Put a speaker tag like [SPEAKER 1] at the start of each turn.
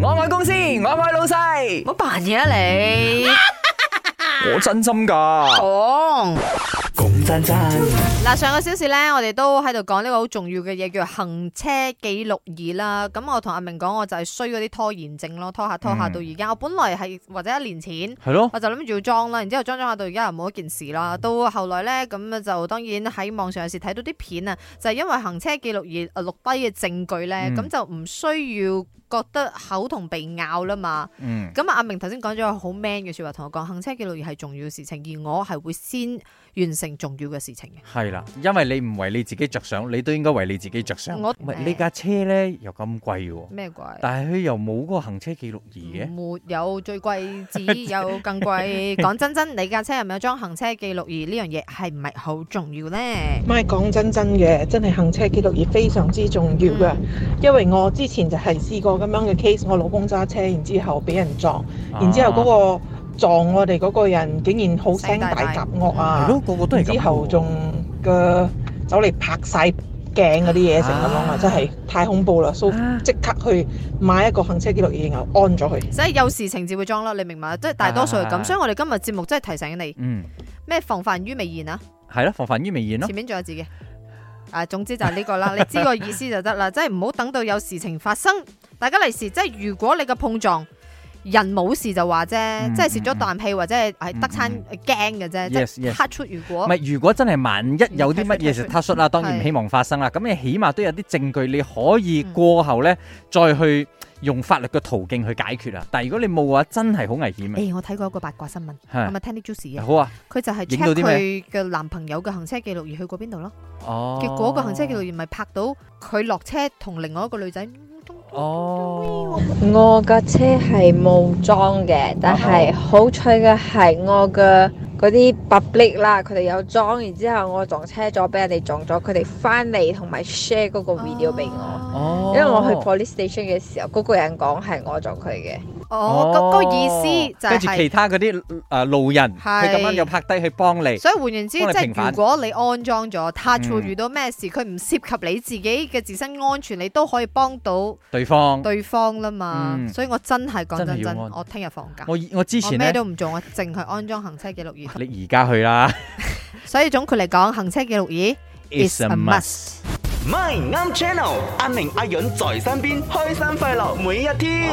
[SPEAKER 1] 我愛公司，我愛老細，
[SPEAKER 2] 冇扮嘢啊你！
[SPEAKER 1] 我真心㗎。
[SPEAKER 2] 講
[SPEAKER 3] 講真真，
[SPEAKER 2] 嗱，上個小時咧，我哋都喺度講呢個好重要嘅嘢，叫行車記錄儀啦。咁我同阿明講，我就係衰嗰啲拖延症咯，拖下拖下到而家。我本來係或者一年前。
[SPEAKER 1] 係咯，
[SPEAKER 2] 我就諗住要裝啦，然之後裝裝下到而家又冇一件事啦。到後來咧，咁就當然喺網上有時睇到啲片啊，就係因為行車記錄儀呃錄低嘅證據咧，
[SPEAKER 1] 嗯
[SPEAKER 2] 咁就唔需要覺得口同鼻拗啦嘛。
[SPEAKER 1] 嗯，
[SPEAKER 2] 咁啊，阿明頭先講咗個好 man 嘅説話，同我講行車記錄儀係重要嘅事情，而我係會先完成重要嘅事情嘅。
[SPEAKER 1] 係啦，因為你唔為你自己着想，你都應該為你自己着想。
[SPEAKER 2] 我
[SPEAKER 1] 唔係你架車咧又咁貴喎，
[SPEAKER 2] 咩鬼？
[SPEAKER 1] 但係佢又冇嗰個行車記錄儀嘅。
[SPEAKER 2] 沒有最貴，只有更貴。講真真，你架車係咪有裝行車記錄儀呢樣嘢係唔係好重要咧？
[SPEAKER 4] 咪講真真嘅，真係行車記錄儀非常之重要嘅，因為我之前就係試過咁樣嘅 case，我老公揸車，然之後俾人撞，然之後嗰、
[SPEAKER 1] 啊
[SPEAKER 4] 個撞我哋嗰個人竟然好聲大夾惡
[SPEAKER 1] 係
[SPEAKER 4] 啊
[SPEAKER 1] 咯，，個個都係
[SPEAKER 4] 然
[SPEAKER 1] 咁
[SPEAKER 4] 之後仲嘅走嚟拍晒鏡嗰啲嘢成咁樣
[SPEAKER 1] 啊
[SPEAKER 4] 啊，真係太恐怖啦！所以
[SPEAKER 1] 啊
[SPEAKER 4] 即刻去買一個行車記錄儀，然後安咗佢。
[SPEAKER 2] 所以有事情至會裝咯，你明嘛？即係大多數係
[SPEAKER 1] 啊
[SPEAKER 2] 咁，所以我哋今日節目真係提醒你
[SPEAKER 1] 嗯，
[SPEAKER 2] 咩防範於未然啊！
[SPEAKER 1] 係咯，防範於未然咯
[SPEAKER 2] 前。面仲有字嘅，啊，總之就係呢個啦，你知個意思就得啦，即係唔好等到有事情發生，大家嚟時即係如果你嘅碰撞。人冇事就話啫，
[SPEAKER 1] 嗯
[SPEAKER 2] 即係蝕咗啖氣或者係係得餐驚嘅啫，
[SPEAKER 1] Yes,
[SPEAKER 2] 即係
[SPEAKER 1] yes
[SPEAKER 2] 黑出如果
[SPEAKER 1] 唔係，如果真係萬一有啲乜嘢就
[SPEAKER 2] 嗯
[SPEAKER 1] 他出啦，當然唔
[SPEAKER 2] 係
[SPEAKER 1] 希望發生啦。咁你起碼都有啲證據，你可以過後咧再去用法律嘅途徑去解決啊。但係如果你冇嘅話，真係好危險啊
[SPEAKER 2] 誒，我睇過一個八卦新聞，
[SPEAKER 1] 係
[SPEAKER 2] 咁啊聽啲 juicy 嘅，
[SPEAKER 1] 好啊，
[SPEAKER 2] 佢就係
[SPEAKER 1] 影到
[SPEAKER 2] check
[SPEAKER 1] 啲咩
[SPEAKER 2] 佢嘅男朋友嘅行車記錄儀去過邊度咯，
[SPEAKER 1] 哦，
[SPEAKER 2] 結果個行車記錄儀咪拍到佢落車同另外一個女仔。
[SPEAKER 1] 哦，
[SPEAKER 5] 我架車係冇裝嘅，但係好彩嘅係我嘅嗰啲 public 啦，佢哋有裝，然之後我撞車咗，俾人哋撞咗，佢哋翻嚟同埋 share 嗰個 video 俾我，
[SPEAKER 1] 哦，
[SPEAKER 5] 因為我去 police station 嘅時候，嗰、個人講係我撞佢嘅。
[SPEAKER 2] 哦，咁嗰個意思就
[SPEAKER 1] 跟住
[SPEAKER 2] 係
[SPEAKER 1] 其他嗰啲誒路人，佢
[SPEAKER 2] 係
[SPEAKER 1] 咁啱又拍低去幫你，
[SPEAKER 2] 所以換言之，即
[SPEAKER 1] 幫你平
[SPEAKER 2] 係
[SPEAKER 1] 反
[SPEAKER 2] 如果你安裝咗 touch
[SPEAKER 1] 嗯
[SPEAKER 2] wood，遇到咩事，佢唔涉及你自己嘅自身安全，你都可以幫到
[SPEAKER 1] 對方。
[SPEAKER 2] 對方啦嘛。
[SPEAKER 1] 嗯
[SPEAKER 2] 所以我真係講
[SPEAKER 1] 真係
[SPEAKER 2] 真
[SPEAKER 1] 要
[SPEAKER 2] 真，
[SPEAKER 1] 安
[SPEAKER 2] 我聽日放假，
[SPEAKER 1] 我我之
[SPEAKER 2] 我
[SPEAKER 1] 前
[SPEAKER 2] 咩
[SPEAKER 1] 咧，
[SPEAKER 2] 都唔做，我淨係安裝行車記錄儀。
[SPEAKER 1] 你而家去啦
[SPEAKER 2] 所以總括嚟講，行車記錄儀 is a must。
[SPEAKER 3] My 啱 channel，阿明阿允在身邊，開心快樂每一天。